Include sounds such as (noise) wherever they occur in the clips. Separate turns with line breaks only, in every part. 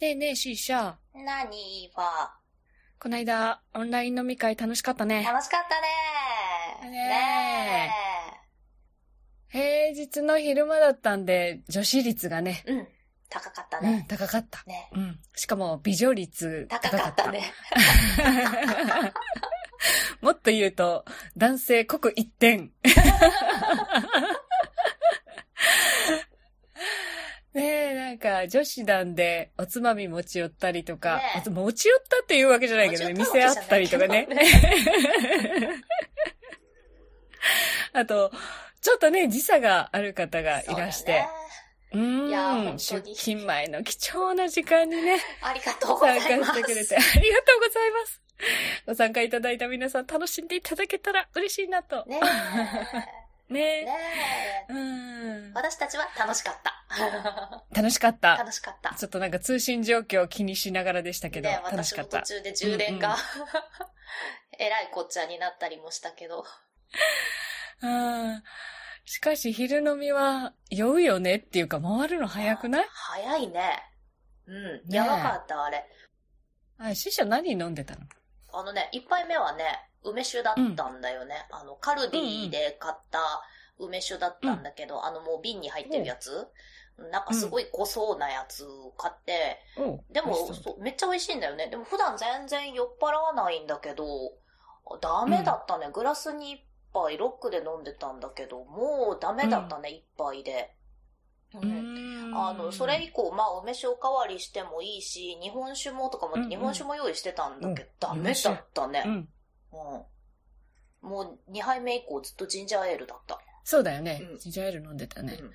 ねえねえ、シーシャ。
何は
こないだ、オンライン飲み会楽しかったね。
楽しかったね
ね平日の昼間だったんで、女子率がね、
ねえうん。高かった
うん、
ね。
高かった。
ね。
うん。しかも、美女率
高かった。ね。
(laughs) もっと言うと、男性刻一点。
(laughs)
ねえ、なんか、女子なんで、おつまみ持ち寄ったりとか、
ねえ
おつ持ち寄ったっていうわけじゃないけどね、
持ち
店
寄
あっ
っ
た
わけ
たりとかね
じゃないけ。
あと、ちょっとね、時差がある方がいらして、う
いや本当
ーん、
に
出勤前の貴重な時間にね、
そうだねありがとうござ
参
い
加
ます。
してくれてありがとうございます。ご参加いただいた皆さん楽しんでいただけたら嬉しいなと。
ねえ。
(laughs) ね
ねえ。
うん。
私たちは楽しかった。
楽しかった。
楽しかった。
ちょっとなんか通信状況を気にしながらでしたけど、
ねえ
楽し
私
か
も
っ
途
た。
中で充電が、
うん
(laughs) えらいこっちゃになったりもしたけど。
うん。しかし昼飲みは酔うよねっていうか回るの早くない
早いね。うん。
え
やばかった、あれ。
あ、師匠何飲んでたの
あのね、一杯目はね、梅酒だったんだよね。あの、カルディで買った梅酒だったんだけど、あのもう瓶に入ってるやつ、なんかすごい濃そうなやつを買って、
おう
でも
美味しそう
そうめっちゃ美味しいんだよね。でも普段全然酔っ払わないんだけど、ダメだったね。グラスに一杯ロックで飲んでたんだけど、もうダメだったね、一杯で。う
うんん
あの、それ以降、まあ、梅酒おかわりしてもいいし、日本酒もとかも、
うんうん
日本酒も用意してたんだけど、
うん
ダメだったね。
うん。
うん。もう、2杯目以降ずっとジンジャーエールだった。
そうだよね
うん。
ジンジャーエール飲んでたね
う。ん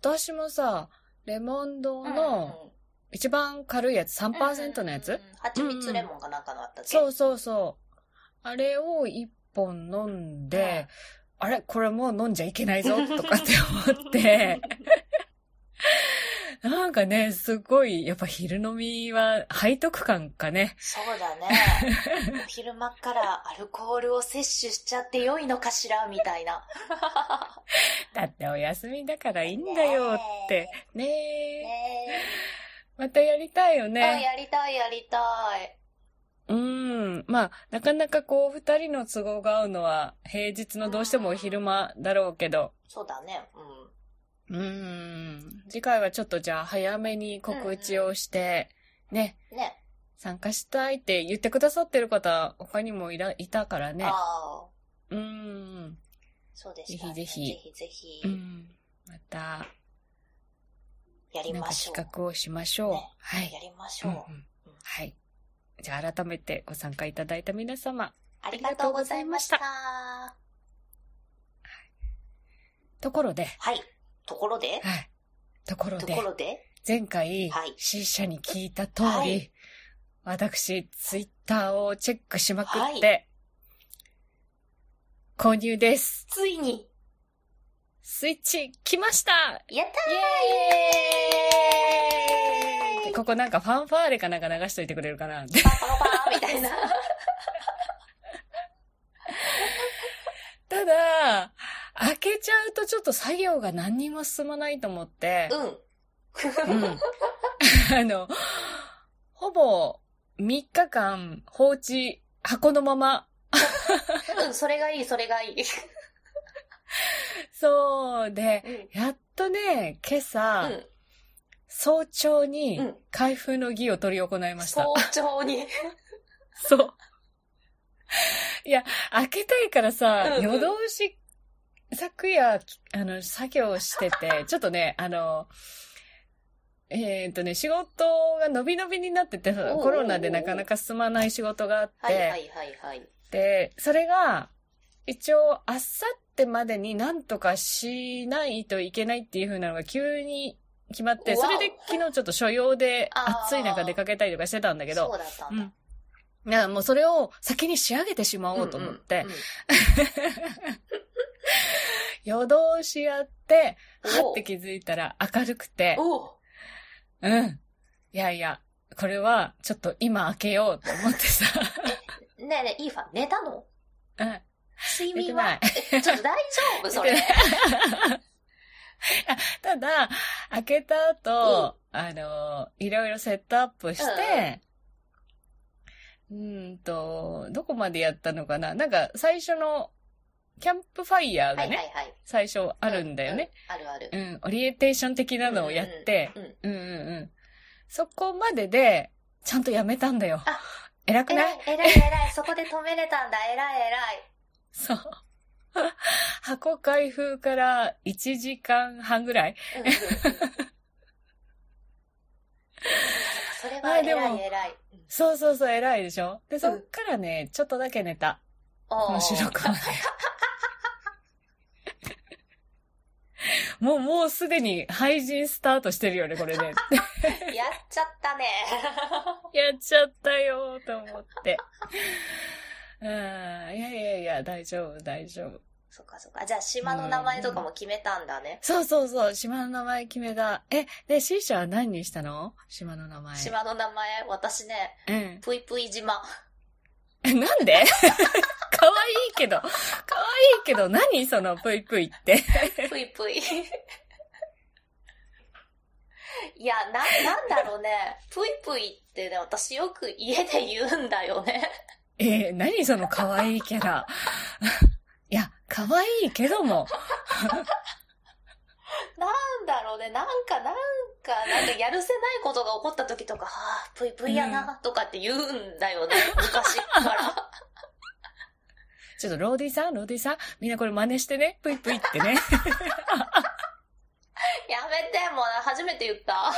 私もさ、レモン堂の一番軽いやつ、
うん
3%のや
うん
つ
うん蜂蜜レモンかなんかのあったっけ
そうそうそう。あれを一本飲んで、あれこれもう飲んじゃいけ
(laughs)
ないぞとかって思って、なんかね、すごい、やっぱ昼飲みは背徳感かね。
そうだね。
(laughs)
お昼間からアルコールを摂取しちゃって良いのかしらみたいな。
だってお休みだからいいんだよって。ねえ、
ね
またやりたいよ
え。あ
ね。
やりたい、やりたい。
うん。まあ、なかなかこう、二人の都合が合うのは平日のどうしてもお昼間だろうけど。
そうだね。うん。
うーん。次回はちょっとじゃあ早めに告知をして、ね、
ね。
参加したいって言ってくださってる方、他にもいら、いたからね。
ああ、
うーん。
そうでした、ね。
ぜひぜ
ぜひぜひ
うん。また、
やり
なん
ま
か
しょう。
企画をしましょう。
ね
はい。
やりまし
う
ょ
ん
う、
うんはい。じゃあ改めてご参加いただいた皆様。
ありがとうございました。
ありところで、
はい。ところで、
はい。ところ
と
で
こ、ろで、
前回
はい、
C 社に聞いた通り、
はい
私、ツイッターをチェックしまくって、
は
購入です。
ついに、
スイッチ来ました
やったーイエーイ
ここなんかファンファーレかなんか流しといてくれるかな (laughs)
パパパパーみたいな。
ただ、開けちゃうとちょっと作業が何にも進まないと思って、
うん。
うん。 (laughs) あの、ほぼ3日間放置、箱のまま、
うん、それがいい、それがいい。
そうで、
うん。
やっとね、今朝、
うん
早朝に
うん
開封の儀を執り行いました。
早朝に。
そう。いや、開けたいからさ、
うんう
夜
ん
通し、昨夜、あの、作業して
(laughs)
て、ちょっとね、あの、えっ、とね、仕事が伸び伸びになってて、
おうおう
コロナでなかなか進まない仕事があって、
はいはいはいはい。
で、それが、一応、あさってまでになんとかしないといけないっていう風なのが急に決まって、
わお
それで昨日ちょっと所用で
あー
暑い中出かけたりとかしてたんだけど
そ、うだった
うん
だ
ん。。だからもうそれを先に仕上げてしまおうと思って、
うんうんうん
夜通しやって、
お
はって気づいたら明るくて、
おう
うん。いやいや、これはちょっと今開けようと思ってさ、
ねえねえ、イーファン、寝たの
うん。
睡
寝て
眠
な。
はいちょっと大丈夫それ。
ただ、開けた後、あの、いろいろセットアップして、うんと、どこまでやったのかななんか最初のキャンプファイヤー
は
が
いはい
ね、
はい。
最初あるんだよね。
う。あるある
う。ん、オリエンテーション的なのをやって、
うんうんうん。
うんうんうん。そこまでで、ちゃんとやめたんだよ
あ。
偉く
え
な
ら
い
い、えらい、えらい。 (laughs) そこで止めれたんだ。えらい、えらい。
そう。箱開封から1時間半ぐらい
うん
(laughs)
うんうんそれは
あでも
偉い偉い。うん
そうそうそう、偉いでしょで、そっからね、ちょっとだけ寝た。こ
お
の
ー
収録はね。もう、もうすでに配信スタートしてるよね、これね。
やっちゃったね。
(laughs)
(laughs)
やっちゃったよーと思って。うん、いやいやいや、大丈夫、大丈夫。
そっかそっか。じゃあ島の名前とかも決めたんだね。
そうそうそう、島の名前決めた。え、で、シーシャは何にしたの島の名前。
島の名前、私ね、
うん。
ぷいぷい島。
えなんで (laughs) 可愛いけど、可愛いけど、何そのぷいぷいって。
ぷいぷい。いや、な、なんだろうね。ぷいぷいってね、私よく家で言うんだよね。
えー、何その可愛いキャラ。 (laughs) いや、可愛いけども。
なんだろうね。なんか、なんか、なんかやるせないことが起こった時とか、はぁ、ぷいぷいやな、とかって言うんだよね。昔から。
ちょっとローディさん、ローディさん、みんなこれ真似してね。ぷいぷい
(laughs)
ってね。
やめて、もう初めて言った。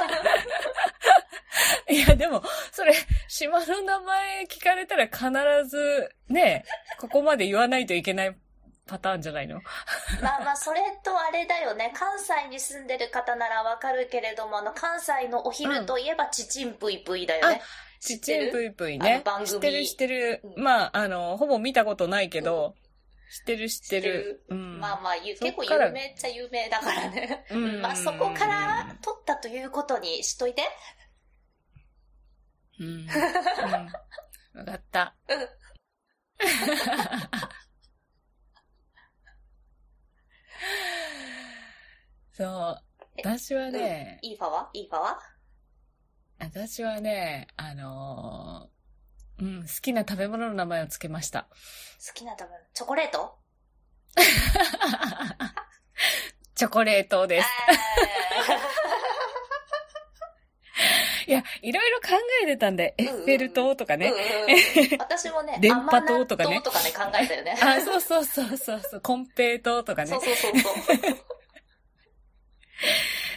いや、でも、それ、島の名前聞かれたら必ず、ね、ここまで言わないといけないパターンじゃないの
まあまあ、それとあれだよね。関西に住んでる方ならわかるけれども、あの、関西のお昼といえば、ちちんぷいぷいだよね。
ち
知っ
ち
て
んぷ
る
いぷい
あ
ね
の。番組
知ってる知ってる
う。ん
まあ、あの、ほぼ見たことないけど、知ってる知ってる。うん。
まあまあ、ゆ
そっ
結構
から
有名っちゃ有名だからね。
うん
まあ、そこから取ったということにしといて。
うん。うん。わかった。
うん。
そう。私はね、
いいファはいいファは
私はね、あのーうん、好きな食べ物の名前をつけました。 (laughs)
好きな食べ物。チョコレート
チョコレートです。いや、いろいろ考えてたんで、エッフェル塔とか
えー
ね。
うんうん私もね、
(laughs) 電波塔とかね
甘納豆とかね、考えたよね。
(laughs) あ、そうそうそうそうそう、コンペイ塔とかね
そう。そうそうそう。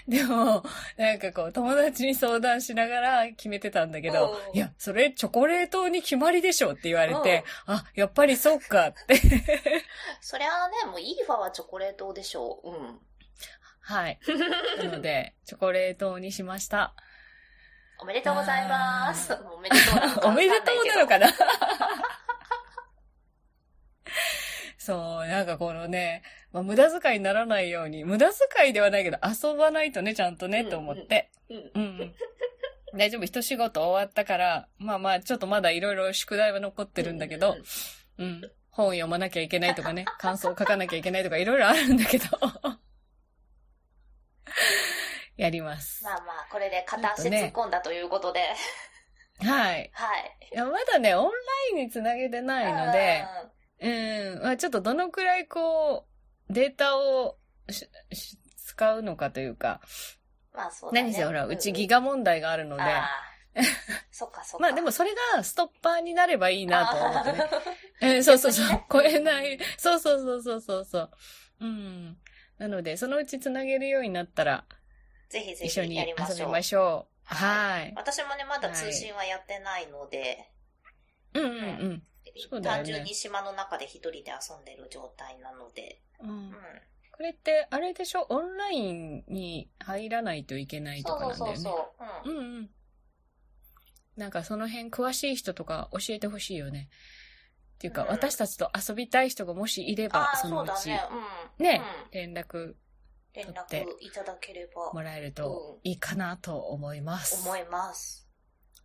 でも、なんかこう、友達に相談しながら決めてたんだけど、
うん
いや、それチョコレートに決まりでしょって言われて、あ、やっぱりそうかって。
そりゃあね、もういいファはチョコレートでしょう。うん。
はい。なので、チョコレートにしました。
おめでとうございます。おめでとうなのか
おめでとうなの
わかんない
かなそう、なんかこのね、まあ、無駄遣いにならないように、無駄遣いではないけど、遊ばないとね、ちゃんとね、
うん
と思って。
けどうん。
うん、大丈夫、一仕事終わったから、まあまあ、ちょっとまだいろいろ宿題は残ってるんだけ
う
ど
ん、
うん。本読まなきゃいけないとかね、 (laughs) 感想を書かなきゃいけないとか、いろいろあるんだけど。 (laughs) やります。
まあまあ、これで片足突っ込んだということで。
はい。
はい。
いや、まだね、オンラインにつなげてないので、うん、まあちょっとどのくらいこう、データをしし使うのかというか、
うん、まあそうだね。
何せほら、うちギ
ガ
ガ問題があるので、(laughs)
ああ。そっかそっか。
まあでもそれがストッパーになればいいなと思ってね。
あ
うん、そうそうそ
逆に
う (laughs) 超
ね、
えない。そうそうそうそうそうそう。うん。なので、そのうちつなげるようになったら、
ー (laughs) ぜひぜ
一緒
ひ
に
や
遊
りまし
び
ょう
ま。しょう。
は
はい。
私もね、まだ通信はやってないので、
うんうんうんそうだよ
単
ね
純に島の中で一人で遊んでる状態なので。
うん
うん。。
これって、あれでしょオンラインに入らないといけないと
そ
かなん
う
だよ
そ
ね。
うそう。うん
うんうん。なんかその辺詳しい人とか教えてほしいよね。っていうか、
うん
私たちと遊びたい人がもしいれば
あ、あ、
その
そう
う
だ
ち
ね。うん。
ね
うん
連絡
連
取って
絡いただければ
もらえると
う
いいかなと思います。
思います。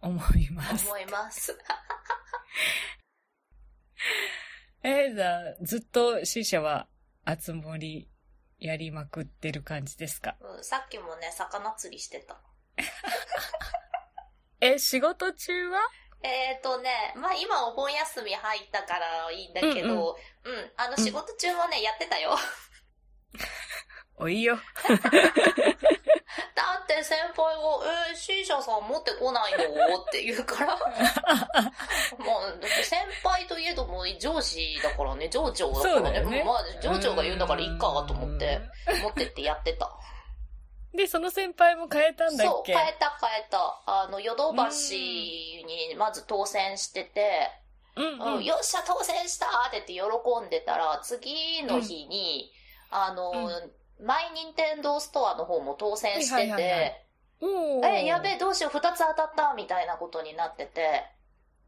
思います。
思います。
えー、じゃあ、ずっと C 社は、あつ森やりまくってる感じですか
うん、さっきもね、魚釣りしてた。
え、仕事中は
えっ、ー、とね、まあ今お盆休み入ったからいいんだけど、うん、うんあの仕事中もね、やってたよ。
おいよ。
(laughs) だって先輩が、えー、C 社さん持ってこないのって言うから。
(laughs)
もう、だって先輩といえども上司だからね、上長だか
そう
ら
だ
ね。
よね
まあ上長が言うんだからいっかと思って、持ってってやって
(laughs)
た。
で、その先輩も変えたんだっ
そう、
け
変えた変えた。あの、ヨドバシにまず当選してて、
うん
うん
うん。
よっしゃ、当選したって言って喜んでたら、次の日に、あの、マイニンテンドーストアの方も当選して
はい
て、
はいはいはいおー
え、やべえ、どうしよう、二つ当たった、みたいなことになってて、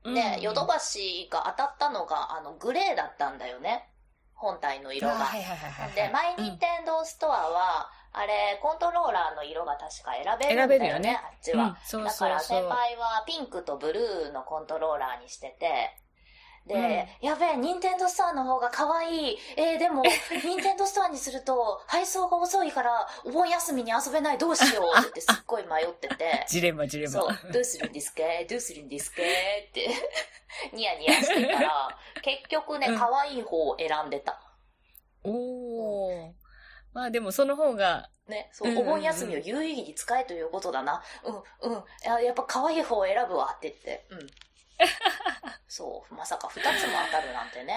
で、ヨドバシが当たったのが、あの、グレーだったんだよね。本体の色
あー
が
は。いはいはいはい。
で、マイニンテンドーストアは、あれ、コントローラーの色が確か選べるんだよね、
選べるよね
あっちは。
うん、そう
だか
そう
ら
そ
先
う。
輩はピンクとブルーのコントローラーにしてて、で、
う
やべえ、ニンテンドーストアの方が可愛い。えー
(laughs)
でも、ニンテンドーストアにすると、配送が遅いから、お盆休みに遊べない、どうしようって言ってすっごい迷って
(laughs)、
て
ジレンマジレンマ。
そう、どうするんですかどうするんですかって、 (laughs) ニヤニヤしてた
(laughs)
ら、結局ね
う、ん
可愛い方を選んでた。
おー。まあでもその方が、
ね、そうう、
んうんう
お
ん
盆休みを有意義に使えということだな。うん、うん。あやっぱ可愛い方を選ぶわって言って。
(laughs)
うん。そう、まさか二つも当たるなんてね。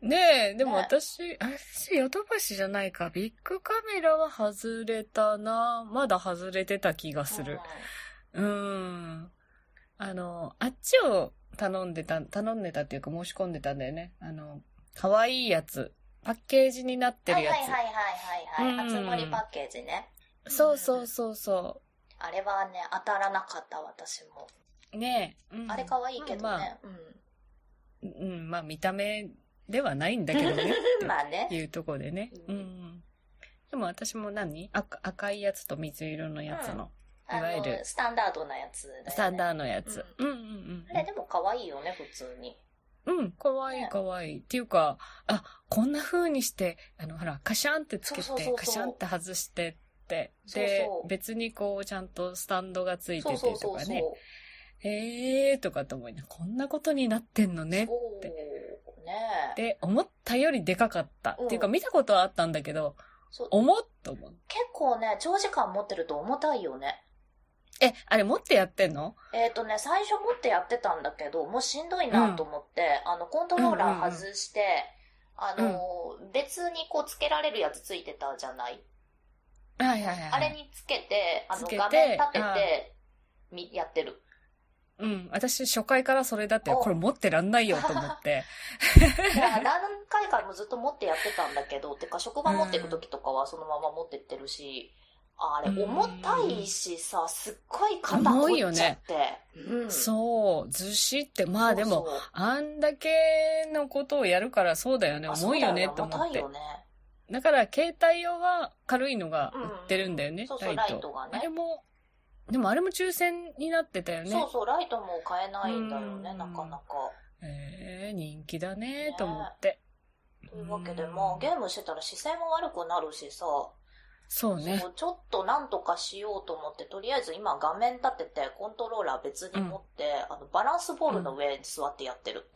ねえ、でも
ね
私、あ私、ヨドバシじゃないか。ビッグカメラは外れたな。まだ外れてた気がする。うーん。あの、あっちを頼んでた、頼んでたっていうか申し込んでたんだよね。あの、可愛いやつ。パッケージになっ
うん。
て
は
る
い
や
はい
つ。
はいはいはい。はい。
うん
あつ森パッケージね。
そうそうそうそ
あれはね、当たらなかった私も。
う。ねえ。うん
あれ可愛いけど
まあまあ
ね。
うん、まあ見た目ではないんだけどね。
うん。 (laughs) まあね。
いうとこでね。う
う
んん。でも私も何赤赤いやつと水色のやつの、
あ
いわゆ
の
る、
スタンダードなやつだよね。
スタンダーのやつ。うんうん
あれでも可愛いよね、普通に。
うん。うん、かわいいかわいい。っていうか、あ、こんな風にして、あの、ほら、カシャンってつけ
そうそう
て
そうそ、う
カシャンって外してって、
そうそ
で、
う
別にこう、ちゃんとスタンドがつい
そ
て
うそ
て
う
と
そう
か
そう
ね。。えーとかと思いながら、こんなことになってんのね。
そう。
て
ね
で、思ったよりでかかった。
うん
っていうか、見たことはあったんだけど、
そう
重っと思う。
結構ね、長時間持ってると重たいよね。
え、あれ持ってやってんの
えっ、とね、最初持ってやってたんだけど、もうしんどいなと思って、あの、コントローラー外して、あの、別にこうつけられるやつついてたじゃない、
はいはいはい。
あれにつけて、あ
つ
の、
けて
画面立て
あ
て、みやっ
(laughs)
てる。
うん。私、初回からそれだって、
お
これ持ってらんないよと思って。
いや何回かもずっと持ってやってたんだけど、てか職場持ってく時とかはそのまま持ってってるし、あれ重たいしさ、すっごい肩
重い
凝
よ
っちゃ
ね
って。 (laughs) うん。
そう、ずしって、まあで
そう
も、
そう、
あんだけのことをやるからそうだよね、
あ
重いよねと
重た
思っ
い
て
よ。ね。
だから、携帯用は軽いのが売ってるんだよ
う
ね
んそう、そ
ラ
う
イ
ライ
ト
トがね。
あれも、でもあれも抽選になってたよね。
そうそう、ライトも買えないんだよね、
うん
なかなか。
えー人気だね
ね
と思って。
というわけで、
うん
まあ、ゲームしてたら姿勢も悪くなるしさ、
そうね
そ。うちょっとなんとかしようと思って、とりあえず今画面立てて、コントローラー別に持って、あの、バランスボールの上に座ってやってる。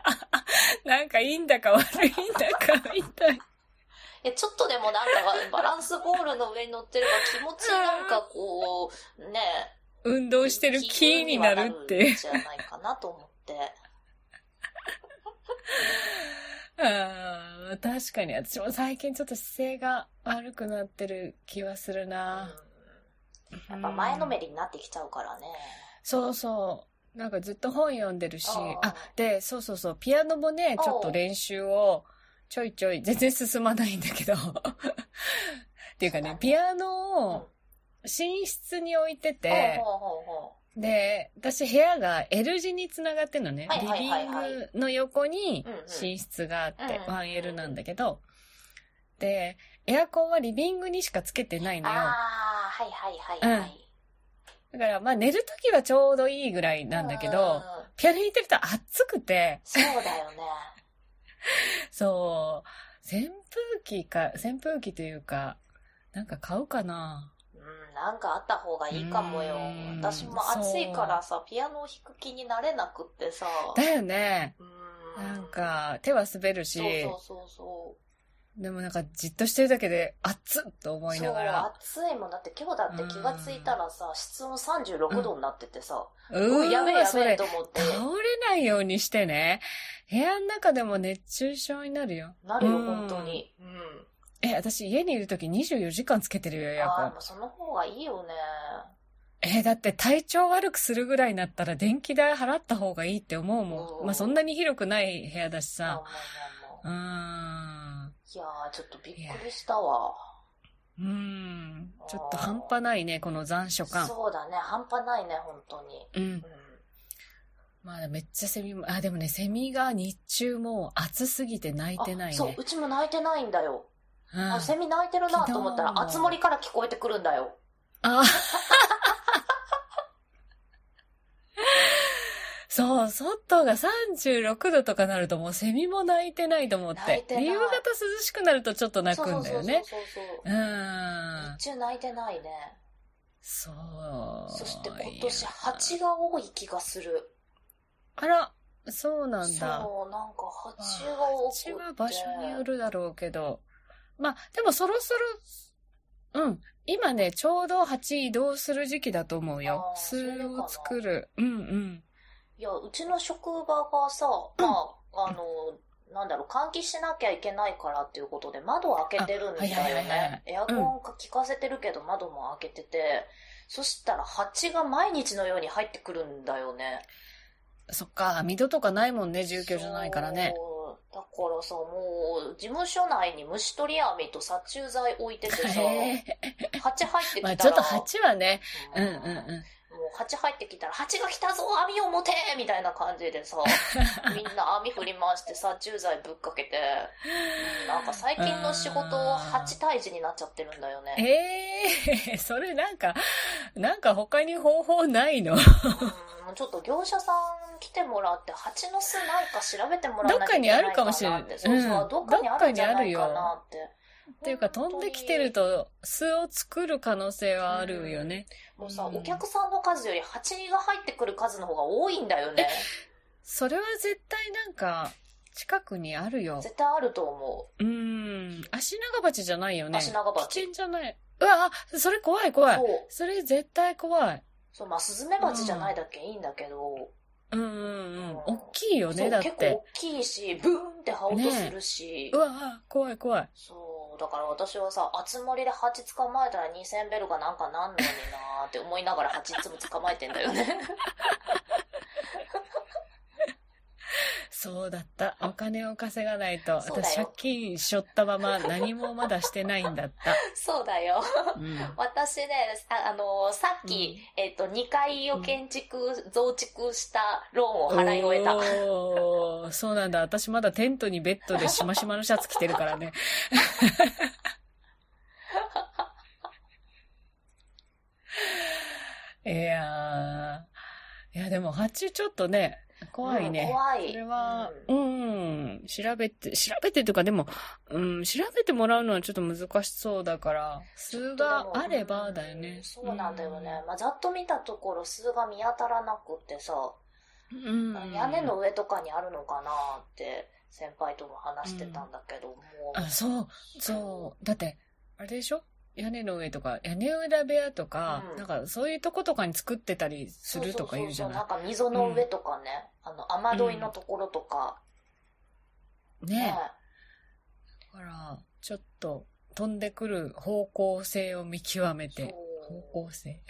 (laughs) なんかいいんだか悪いんだかみたい。
いや、ちょっとでもなんか、 (laughs) バランスボールの上に乗ってれば気持ちなんかこう、ね、
運動してる気になるっていう
気。にはなるんじゃないかなと思って。
ああ、確かに。私も最近ちょっと姿勢が悪くなってる気はするな。
うんやっぱ前のめ
うん
りになってきちゃうからね。
そうそう。なんかずっと本読んでるし。
あー
あ、で、そうそうそう。ピアノもね、ちょっと練習をちょいちょい、全然進まないんだけど。 (laughs) っていうか
そうだね
ね、ピアノを寝室に置いてて、
ほうほうほうほ
で、私部屋が L 字につながってんのね。
はい
リ
は
ビ
いはいはい
ングの横に
うんうん
寝室があって、
うん
1L なんだけど、で、エアコンはリビングにしかつけてないうのよ。
ああ、はいはいはいはい。
だから、まあ寝るときはちょうどいいぐらいなんだけ
う
ど、
ん
(laughs) ピアノ弾いてると暑くて、
そうだよね。
そう、扇風機か、扇風機というか、なんか買うかな。
うん、なんかあった方がいいかもよ
うん。
私も暑いからさ、ピアノを弾く気になれなくってさ。
だよね。
うん
なん、か、手は滑るし、
そうそうそうそう。
でもなんかじっとしてるだけで、熱っと思いながら。
そう、暑いもん。だって今日だって気がついたらさ、室温36度になっててさ、
う
うわ
ー
やべえや
そ
べえ
れ
と、思って、
倒れないようにしてね。部屋の中でも熱中症になるよ。
なるよ、
うん
本当に。うん。
え、私家にいるとき24時間つけてるよ、エア
あ
コ
あ、
ン
も。うその方がいいよね。
え、だって体調悪くするぐらいになったら電気代払った方がいいって思うも。
うんん
まあ、そんなに広くない部屋だし
まあまあ
さ。
まあまあ
うーん。
いやー、ちょっとびっくりしたわ。
うーん。ちょっと半端ないね、この残暑感。
そうだね、半端ないね、本当に。
うん
う。ん。
まあ、めっちゃセミも、あ、でもね、セミが日中もう暑すぎて泣いてない
あ
ね。
そう、うちも泣いてないんだよ。
うん。
あ、セミ泣いてるなと思った
昨日
ら、
も
あつ森から聞こえてくるんだよ。
あ (laughs) そう、外が36度とかなるともうセミも鳴いてないと思っ
鳴い
て。
てな
で
い
夕方涼しくなるとちょっと泣くんだよね。
そうそうそうそう
う
そう。
ん。
日中泣いてないね。
そう。
そして今年蜂が多い気がする。
あら、そうなんだ。
そう、なんか蜂が多くて。
蜂は場所によるだろうけど。まあ、でもそろそろ、うん。今ね、ちょうど蜂移動する時期だと思うよ。
あー
巣
そうか
を
な
作る。うんうん。
いや、うちの職場がさ、まあ、あの、なんだろう、換気しなきゃいけないからっていうことで、窓を開けてるんだよ
あはいはいはいは
ね
い。
エアコンが効かせてるけど、窓も開けてて、そしたら蜂が毎日のように入ってくるんだよね。
そっか、網戸とかないもんね、住居じゃないからね。
そう。だからさ、もう、事務所内に虫取り網と殺虫剤置いててさ、
(laughs) へえ
蜂入ってきたら、
まあちょっと蜂はね、うんうん
も
う
う蜂入ってきたら、蜂が来たぞ網を持てみたいな感じ
(laughs)
でさ、みんな網振り回して殺虫剤ぶっかけて、うんなんか最近の仕事
うん、
蜂退治になっちゃってるんだよ
ん。
ね。
ええ (laughs) それなんか、なんか他に方法ないの (laughs)
うん、ちょっと業者さん来てもらって、蜂の巣ないか調べてもらわなきゃいけないかな
ど
って。
っかにあるかもしれ
そ
ないう
そう、
うん
どっかにあるんじゃないかなって。
っていうか飛んできてると巣を作る可能性はあるよね。
もうさ、
うん
お客さんの数より蜂が入ってくる数の方が多いんだよね。
それは絶対なんか、近くにあるよ。
絶対あると思
うーん。足長鉢じゃないよね。
足長
キ
鉢
チンじゃない。うわ、あそれ怖い怖
う。
い
そ。う。
それ絶対怖い。
そう、まあ、スズメバチじゃないだけいいんだけど、
うんうんうん。大きいよ
そ
ね、
う
だっ
結
て
構。大きいし、ブーンって羽音するし、
うわ、怖い怖い。
そう、だから私はさ、熱森で蜂捕まえたら2000ベルかなんかなんのになーって思いながら蜂いつも捕まえてんだよね。
(laughs) そうだった。お金を稼がないと。
そうだよ
私、借金しょったまま何もまだしてないんだった。
そうだよ。
うん、
私ね、ああのーさっき、えっ、と、2階を建築、増築したローンを払い終えた。
おーそうなんだ。私まだテントにベッドでしましまのシャツ着てるからね。 (laughs) いやー。いや、でも、蜂ちょっとね、怖いね。
うん怖い。
それは、う
う
んん、調べて、調べてというか、でも、うん、調べてもらうのはちょっと難しそうだから、数があればだよね。
そうなんだよね。まあ、ざっと見たところ、数が見当たらなくってさ、
うん。うん。
屋根の上とかにあるのかなって、先輩とも話してたんだけど、もう。
あ、そう、そう。だって、あれでしょ屋根の上とか、屋根裏部屋とか、
うん
なんかそういうとことかに作ってたりす
そうそうそうそう
るとか言うじゃ
な
なん
か溝の上とかね、あの、雨どいのところとか、
い。ね
ね
だから、ちょっと飛んでくる方向性を見極めて、
そう
方向性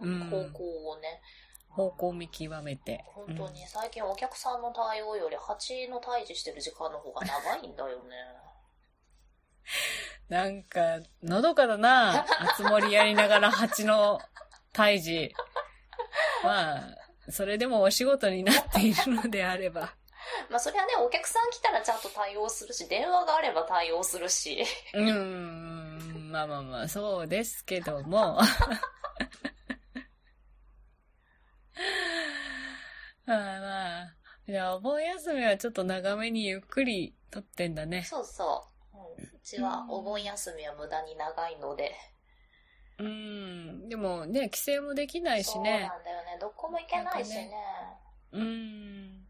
うん
うん
方向をね。
方向見極めて。
本当に最近お客さんの対応より蜂の退治してる時間の方が長いんだよね。
なんか、のどかだな。熱盛やりながら蜂の退治。まあ、それでもお仕事になっているのであれば。
まあそれはね、お客さん来たらちゃんと対応するし、電話があれば対応するし。
うーん、まあまあまあ、そうですけども。 (laughs) まあまあ、じゃあ、お盆休みはちょっと長めにゆっくり撮ってんだね。
そうそう。うんうちはお盆休みは無駄に長いので。
うん。でもね、規制もできないしね
そ。うなんだよね。どこも行けないしね。
うん。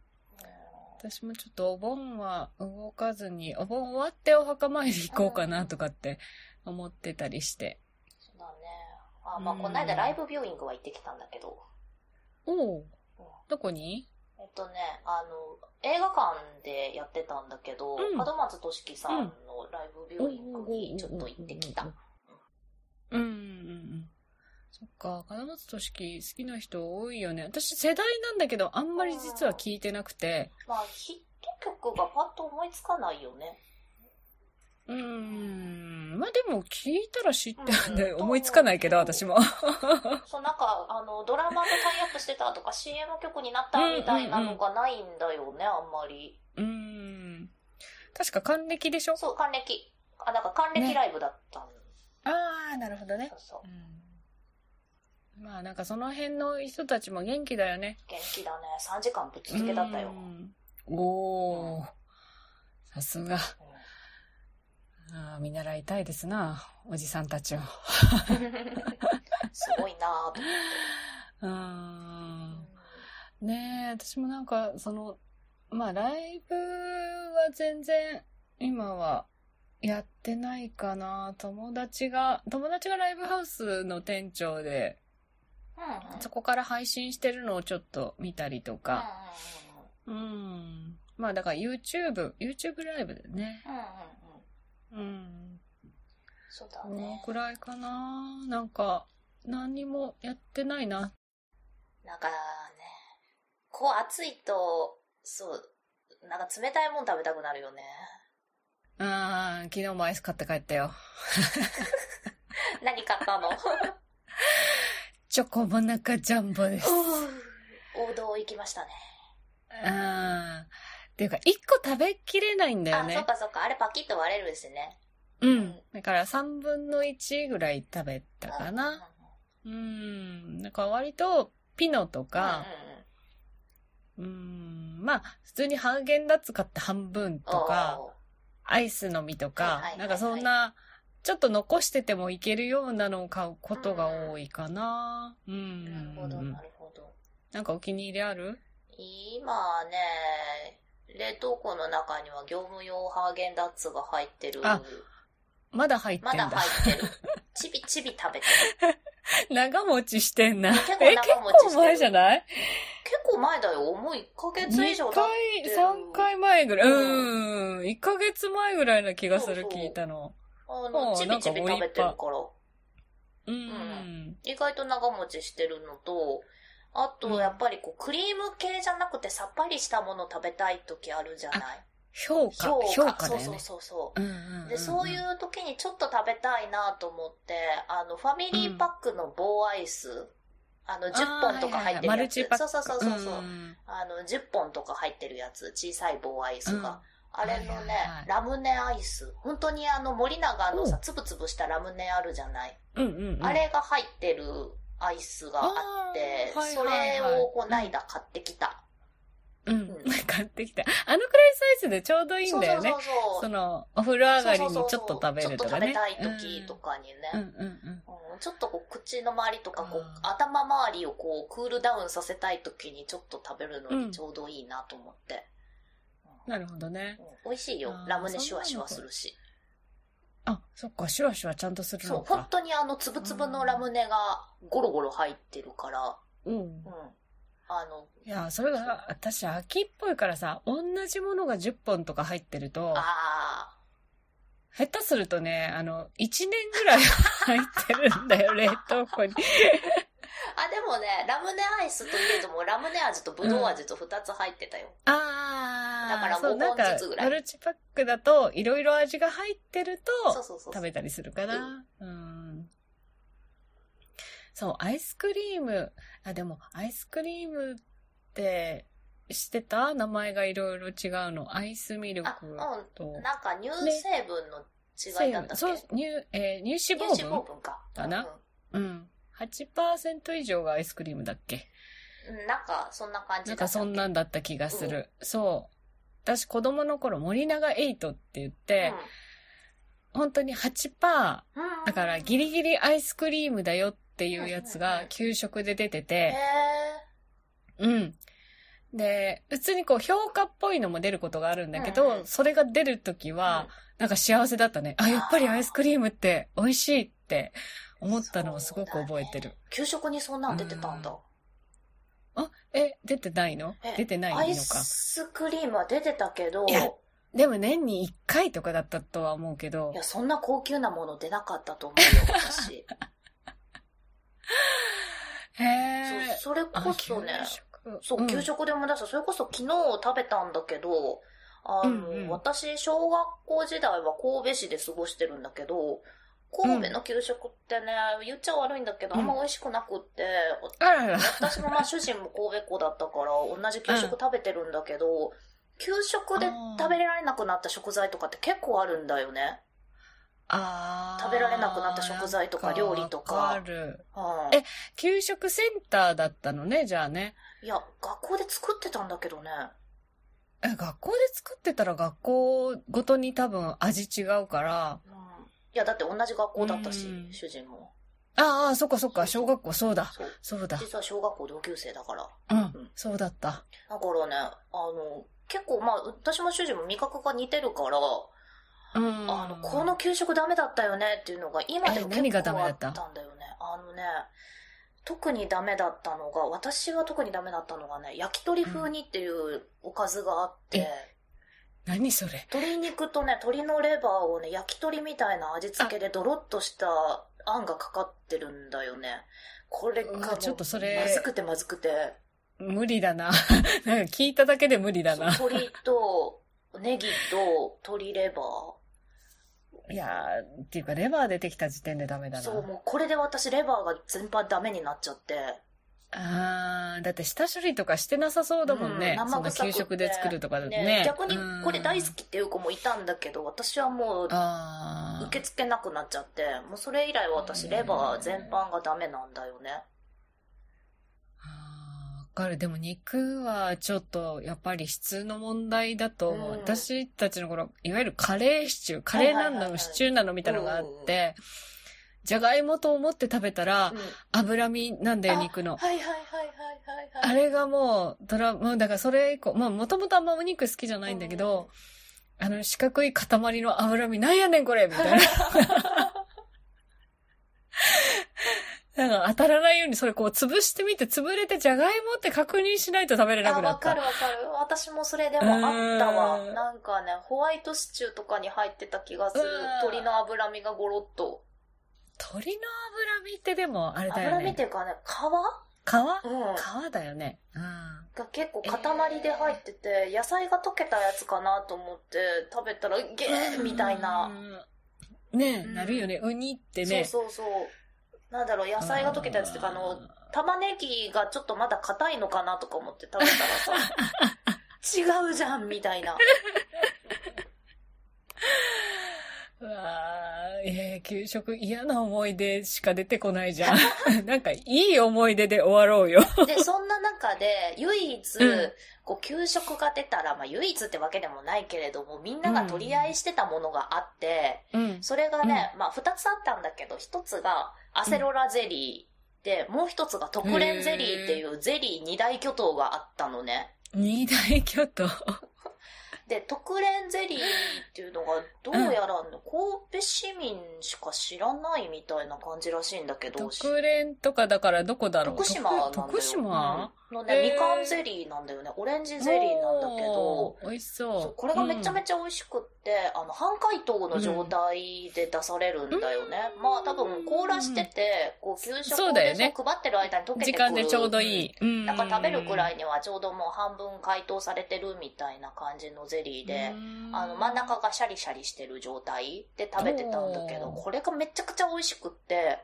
私もちょっとお盆は動かずに、お盆終わってお墓参り行こうかなとかって思ってたりして。
そうだね。あ、まあ、この間ライブビューイングは行ってきたんだけど。
おおどこに
えっとね、あの、映画館でやってたんだけど、
うん
門松俊樹さんのライブビューイングにちょっと行ってきた。
うんうんうん。そっか、金松俊樹好きな人多いよね。私世代なんだけど、あんまり実は聞いてなくて。
まあ、ヒット曲がパッと思いつかないよね。
うーん。まあでも聞いたら知ってるんで、
うん
思いつかないけど、私も。
そう、なんか、あの、ドラマとタイアップしてたとか CM 曲になったみたいなのがないんだよね、あんまり。
うーん。確か還暦でしょ
そう、還暦。あ、だから還暦ライブだったんだ、
ああ、なるほどね。
そうそう。
うん。まあなんかその辺の人たちも元気だよね。
元気だね。3時間ぶっ続けだったよ。
う
うん
ん。おー。さすが。あー見習いたいですな、おじさんたちを。
すごいなぁと思って。
うーん。ねえ、私もなんか、その、まあ、ライブは全然、今は、やってないかな。友達が、友達がライブハウスの店長で、
うんうん
そこから配信してるのをちょっと見たりとか。うん。まあ、だから YouTube、YouTube ライブだよね。
うんうんうんうんうん。
うん。
そうだ
この
ね。
くらいかな。なんか、何にもやってないな。
なんかね、こう暑いと、そう、なんか冷たいもん食べたくなるよね。 (laughs)
あー、昨日もアイス買って帰ったよ。
何買っ
(laughs)
たの
チョコモナカジャンボです。
王道行きましたね。
ああ。っていうか、一個食べきれないんだよ
あ、そっ
ね。
かそっか。あれパキッと割れるですね。
うん。だから、三分の一ぐらい食べたか
うんうんうん
な。うん。なんか、割と、ピノとか、うん、まあ、普通にハーゲンダッツ買って半分
うんうん
とか、
おー
アイスの実と
はいはい
か
はいは、い
なんかそんな、ちょっと残しててもいけるようなのを買うことが多いかな。う
なるほど、
ん
な。るほど。
なんかお気に入りある
今ね、冷凍庫の中には業務用ハーゲンダッツが入ってる。
あまだ入ってん
まだ
だ。
入ってる。ちびちび食べてる。
(laughs) 長持ちしてんな。え、
結
結
構長持ちしてる
構前じゃない
結構前だよ。もう1ヶ月以上
2
経っ
回
てる。
3回前ぐらい。
う
うんん。1ヶ月前ぐらいな気がする
そう、そう
聞いたの。
あ
も
の、
う
ちびちび食べてるから。
うんん。
意外と長持ちしてるのと、あ
うん
と、やっぱりこう、クリーム系じゃなくてさっぱりしたもの食べたい時あるじゃない
評価、評価だよ
そ
ね
う。そうそう
うん
そ
うん
う。
ん
で、そうい。う時にちょっと食べたいなと思って、あの、ファミリーパックの棒アイス、あの、10本とか入
あ
って
ーはいはいはいマ
るや
ル
つ
チ。パッ
そう
ク
そうそうそう。うんあの、10本とか入ってるやつ、小さい棒アイスが。あれの
はい
ね
はいは、い
ラムネアイス。本当にあの森永の
う
さ、
ん
つぶつぶしたラムネあるじゃない。
うんうんうん。
あれが入ってるアイスがあって、
あーはい
そ
はいはい
れをこないだ買ってきた。
うん
うん。
買ってきた。あのくらいサイズでちょうどいいんだよね
そう。そうそ。
そうの、お風呂上がりにちょっ
そうそうそ
と
う
食べるとかね。
ちょっと食べたい時とかに
うん。う
ね。
んうん
うんちょっとこう口の周りとかこう
あー
頭周りをこうクールダウンさせたい時にちょっと食べるの
う
に
ん
ちょうどいいなと思って。
うん。なるほどね
う。ん美味しいよ
あ。ー
ラムネシュワシュワするし。
あ、そっか、シュワシュワちゃんとする
そう
の、
本
か。
当にあの、つぶつぶのラムネがゴロゴロ入ってるから、
うん
うん。あの、
いや、それが、私、秋っぽいからさ、同じものが10本とか入ってると、
あ
下手するとね、あの、1年ぐらい入ってるんだ
(laughs)
よ、冷凍庫に。
あ。あ、でもね、ラムネアイスといえども、ラムネ味とブドウ味と2つ入ってたよ。
あー。
だから
そう、
5
な
本
んか
ずつぐ、らい
マルチパックだと、いろいろ味が入ってる
そう
と、
そうそう。
食べたりするかな。うん。そう、アイスクリーム。あ、でも、アイスクリームって、してた名前がいろいろ違うの。アイスミルク
あ、
と。
うん。なんか乳成分の違いだったっけ、
そう、乳、えー乳脂
乳
肪
脂肪
分
分か。
かな
うん
うん。8%以上がアイスクリームだっけ
うん。なんか、そんな感じ
なん
だった
か
っけ
そんなんだった気がする。そ私子供の頃森永エイトって言って、本当に8%
うん
だからギリギリアイスクリームだよっていうやつ
はいはいは
が
い
給食で出て
へ
て、
ー
うん。で、普通にこう評価っぽいのも出ることがあるんだけど、
うんうん
それが出るときは、なんか幸せだったね。あ、やっぱりアイスクリームって美味しいって思ったのをすごく覚えてる。
給食にそんなん出てたんだ。
あ、え、出てないの
え
出てない
アイ
のか。
スクリームは出てたけど、
い
い
や
や、
でも年に1回とかだったとは思うけど、
そんな高級なもの出なかったと思う
(laughs)
よ、私。
へえ。
そうそれこそね
あ、給食
そう、給
ん
食で思い出した。それこそ昨日食べたんだけど、あの、
うんうん
私、小学校時代は神戸市で過ごしてるんだけど、神戸の給食ってね、言っちゃ悪いんだけど、あんま美味しくなくって、
あらら。
私もまあ主人も神戸っ子だったから、同じ給食食べてるんだけど、給食で食べられなくなった食材とかって結構あるんだよね。
あー
食べられなくなった食材とか料理とか
わかる。
うん
え給食センターだったのね、じゃあね。
いや、学校で作ってたんだけどね。
え学校で作ってたら学校ごとに多分味違うから。
うん、いや、だって同じ学校だったし、
うん
主人も。
ああ、そっかそっか、小学校そうだ。
そう。
そうだ。
実は小学校同級生だから。
うん、そうだった。
だからね、あの、結構まあ、私も主人も味覚が似てるから、
うん。
あの、この給食ダメだったよねっていうのが今でも
え何が
結
ダメだ
構あ
っ
ったたんだよね。あのね、特にダメだったのが、私は特にダメだったのがね、焼き鳥風にっていうおかずがあって、
うん何それ。
鶏肉とね、鶏のレバーをね、焼き鳥みたいな味付けでドロッとしたあんがかかってるんだよね。これが
う
も
わちょっとそれ
まずくてまずくて。
無理だな。 (laughs) なんか聞いただけで無理だな。
そう鶏と、ネギと、鶏レバー。
いやー、っていうかレバー出てきた時点でダメだな。
そう、もうこれで私レバーが全般ダメになっちゃって。
あー、だって下処理とかしてなさそうだもんね。
うん
そんな
生臭く
給
て
食で作るとかだとね。
ね逆にこれ大好
うん。
きっていう子もいたんだけど、私はもう
あー。
受け付けなくなっちゃって、もうそれ以来私レバー全般がダメなんだよね。
あーわかる。でも肉はちょっとやっぱり質の問題だと思う。
うん
私たちの頃、いわゆるカレーシチュー、カレーな
はいはいはいは
の、
い
シチューなのみたいなのがあ
う
っ
んうん
て、じゃがいもと思って食べたら
うん、
脂身なんだよ、肉の。
はいはいはいはいはいはい。
あれがもう、ドラ、もうだからそれ以降、まあもともとあんまお肉好きじゃないんだけど、あの四角い塊の脂身なんやねんこれみたい
(laughs)
な。なんか当たらないようにそれこう潰してみて、潰れてじゃがいもって確認しないと食べれな
あ、
くな
わ
っ
か
た
る。わかる。私もそれでもあった
うー
わ。
ん
なんかね、ホワイトシチューとかに入ってた気がする
うーん。
鶏の脂身がゴロッと。
鶏の脂身ってでもあれだよ
脂身っ
ね。
ていうかね、
皮
皮うん。
皮だよね。うん。
が結構塊で入ってて、野菜が溶けたやつかなと思って食べたら、ゲーみたいな。
うん。ねえ、
うん
なるよね。ウニって
そう
ね。
そうそう。なんだろう、野菜が溶けたやつっていうか、あの、玉ねぎがちょっとまだ硬いのかなとか思って食
(laughs)
べたらさ、違うじゃんみたいな。
うわーえー給食嫌な思い出しか出てこないじゃん。 (laughs) なんかいい思い出で終わろうよ。
で、そんな中で、唯一
うん、
こう、給食が出たら、まあ、唯一ってわけでもないけれども、みんなが取り合いしてたものがあって、
うん。
それがね、まあ、二つあったんだけど、一つが、アセロラゼリーで、もう一つが特連ゼリーっていうゼリー二大巨頭があったのね。
二大巨頭。
で、特連ゼリーっていうのが、どうやら、神戸市民しか知らないみたいな感じらしいんだけど、
特連とかだからどこだろう
徳島なんだよ。
徳徳島、
うんのね、
へー
みかんゼリーなんだよね。オレンジゼリーなんだけど
お、ー。美味しそう。
そうこれがめちゃめ
ち
ちゃ美味しくって、あの、半解凍の状態で出されるんだよね。まあ多分凍らしてて、こう給食
そう
を
だよ
ね、
ね
そう配ってる間に溶けて
時
くる。
間でちょうどいい。うん
うん。だから食べるくら
い
いにはちょうどもう半分解凍されてるみたいな感じのゼリーで、あの真ん中がシャリシャリしてる状態で食べてたんだけど、
おー
これがめちゃくちゃ美味しくって、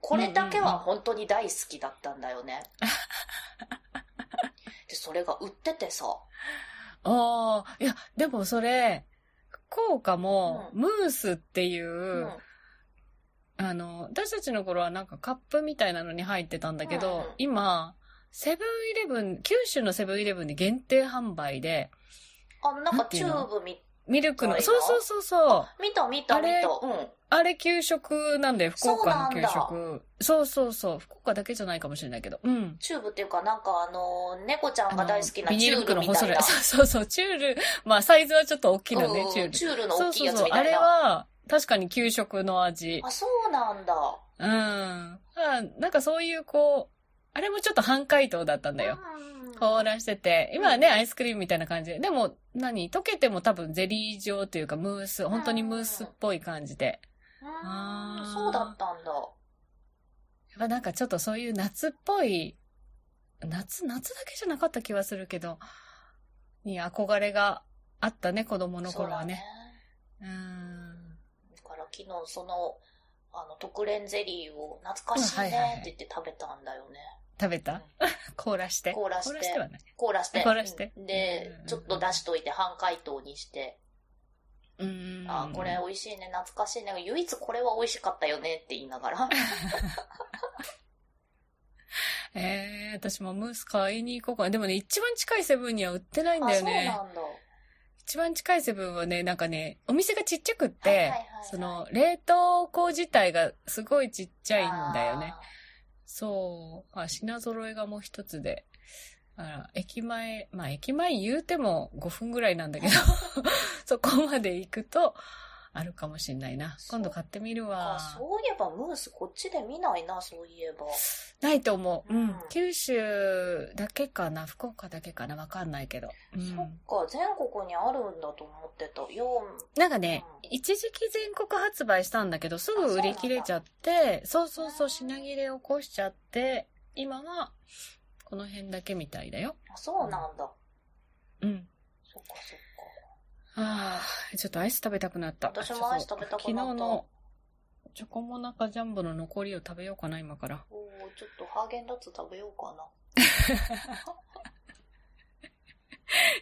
これだけは本当に大好きだったんだよね。
(laughs)
で、それが売っててさ、
ああ、いや、でもそれ、福岡も、
う
ムースっていう、
うん
あの、私たちの頃はなんかカップみたいなのに入ってたんだけど、
うん
今、セブンイレブン、九州のセブンイレブンで限定販売で、
あの、なん
な
か
んてい
チ
う
ュ
の
ーブみ、
ミルクの。
そう
そ
いう
う
の
そうそうそう。
見た見た
あ
見
れ
た。うん。
あれ給食なんで、福岡の給
そう
食。そうそうそう。福岡だけじゃないかもしれないけど。うん。
チューブっていうか、なんかあの、猫ちゃんが大好き
あの
な
ビニ
チ
ー
ュ
ル
ール
袋の
みた
細
い
い (laughs)
な。
そうそうそう、チュール。まあ、サイズはちょっと大きいのね
う、ん
チュール。
チュールの
そ
大
う
きい
そう
やつ
そう
み。た
あ
い
れ
な。
は、確かに給食の味。
あ、そうなんだ。
うん。まあ、なんかそういう、こう、あれもちょっと半解凍だったんだよ。
うん
凍らしてて。今はね、
うん
アイスクリームみたいな感じで。でも、何溶けても多分ゼリー状というか、ムース、本当にムースっぽい感じで。
う
あ
ん
ー
そうだったんだ。
やっぱなんかちょっとそういう夏っぽい、夏、夏だけじゃなかった気はするけど、に憧れがあったね、子供の
そう
頃
だ
は
ね
ね。。うーん。
だから昨日その、あの、特連ゼリーを懐かしいね
うんはいはいはい
って言って食べたんだよね。
食べた
うん
(laughs) 凍らして。
凍らして
はない。
凍らして。
凍らして
うんで
うん、
ちょっと出しといて半解凍にして、
うーん。
あーこれ美味しいね、懐かしいね、唯一これは美味しかったよねって言い
(laughs)
ながら。
えー、私もムース買いに行こうかな。でもね、一番近いセブンには売ってないんだよね。
あ、そうなんだ。
一番近いセブンはね、なんかね、お店がちっちゃくって、
はいはいはいはい
その、冷凍庫自体がすごいちっちゃいんだよね。
あ
そう。あ、品揃えがもう一つで。あら、駅前、まあ駅前言うても5分ぐらいなんだけど、
(laughs)
そこまで行くと、あるかもしんないな。今度買ってみる
ー。
わ。
あそういえばムースこっちで見ないな、そういえば。
ないと思う。う
うん
ん。九州だけかな、福岡だけかな、わかんないけど。う
そ
ん。
っか、全国にあるんだと思ってた。よう
なんかね、
うん
一時期全国発売したんだけど、すぐ売り切れちゃって、そうそうそう、品切れ起こしちゃって、今は、この辺だけみたいだよ。
あ、そうなんだ。
うん。
そっかそっか。
ああ、ちょっとアイス食べたくなった。
私もアイス食べたくなっ
昨
た
日のチョコモナカジャンボの残りを食べようかな、今から。 (laughs)
おーちょっとハーゲンダッツ食べようかな。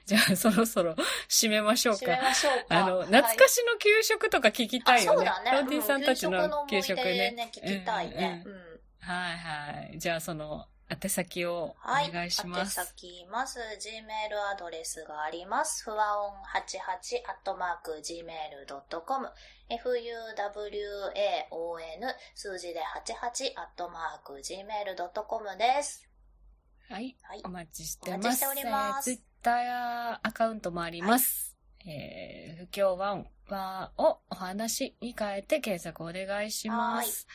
じゃあ、そろそろ締めましょう
閉め
か。
ましょうか。
あの、
はい
懐かしの給食とか聞きたいよね。
あそうだね。
ロンディさんたちの給食
うん給
ね。
食の思い出聞きたいね。
う
うん。
はいはい。じゃあ、その、宛先を
はい。
お願いします。
宛先、まず、Gmail アドレスがあります。ふわおん88アットマーク Gmail.com。fuwaon 数字で88アットマーク Gmail.com です。
はい。
はい
お。待ちしてます。
お待ちしております
ツイッター Twitter アカウントもあります。えー、不協和音はをお話に変えて検索お願いします。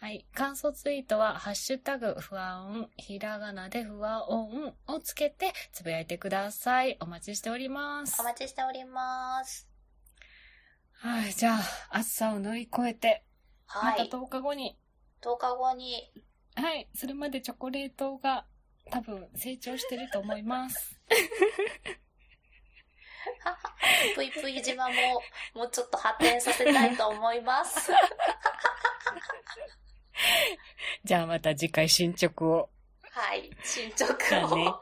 はい感想ツイートは、ハッシュタグ、不安音、ひらがなで不和音をつけて、つぶやいてください。お待ちしております
お。待ちしております。
はい、じゃあ、暑さを乗り越えて、ま
は
た
い。
10日後に、
10日後に、
はい、それまでチョコレートが多分成長してると思い
(laughs)
ます。
ぷいぷい島も、もうちょっと発展させたいと思
(laughs)
います。
じゃあまた次回進捗
(laughs)
を。
はい。進捗
だ
を。
ね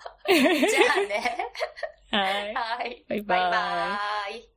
じゃあね。
はい。
はい。
バイバイ
バイバイ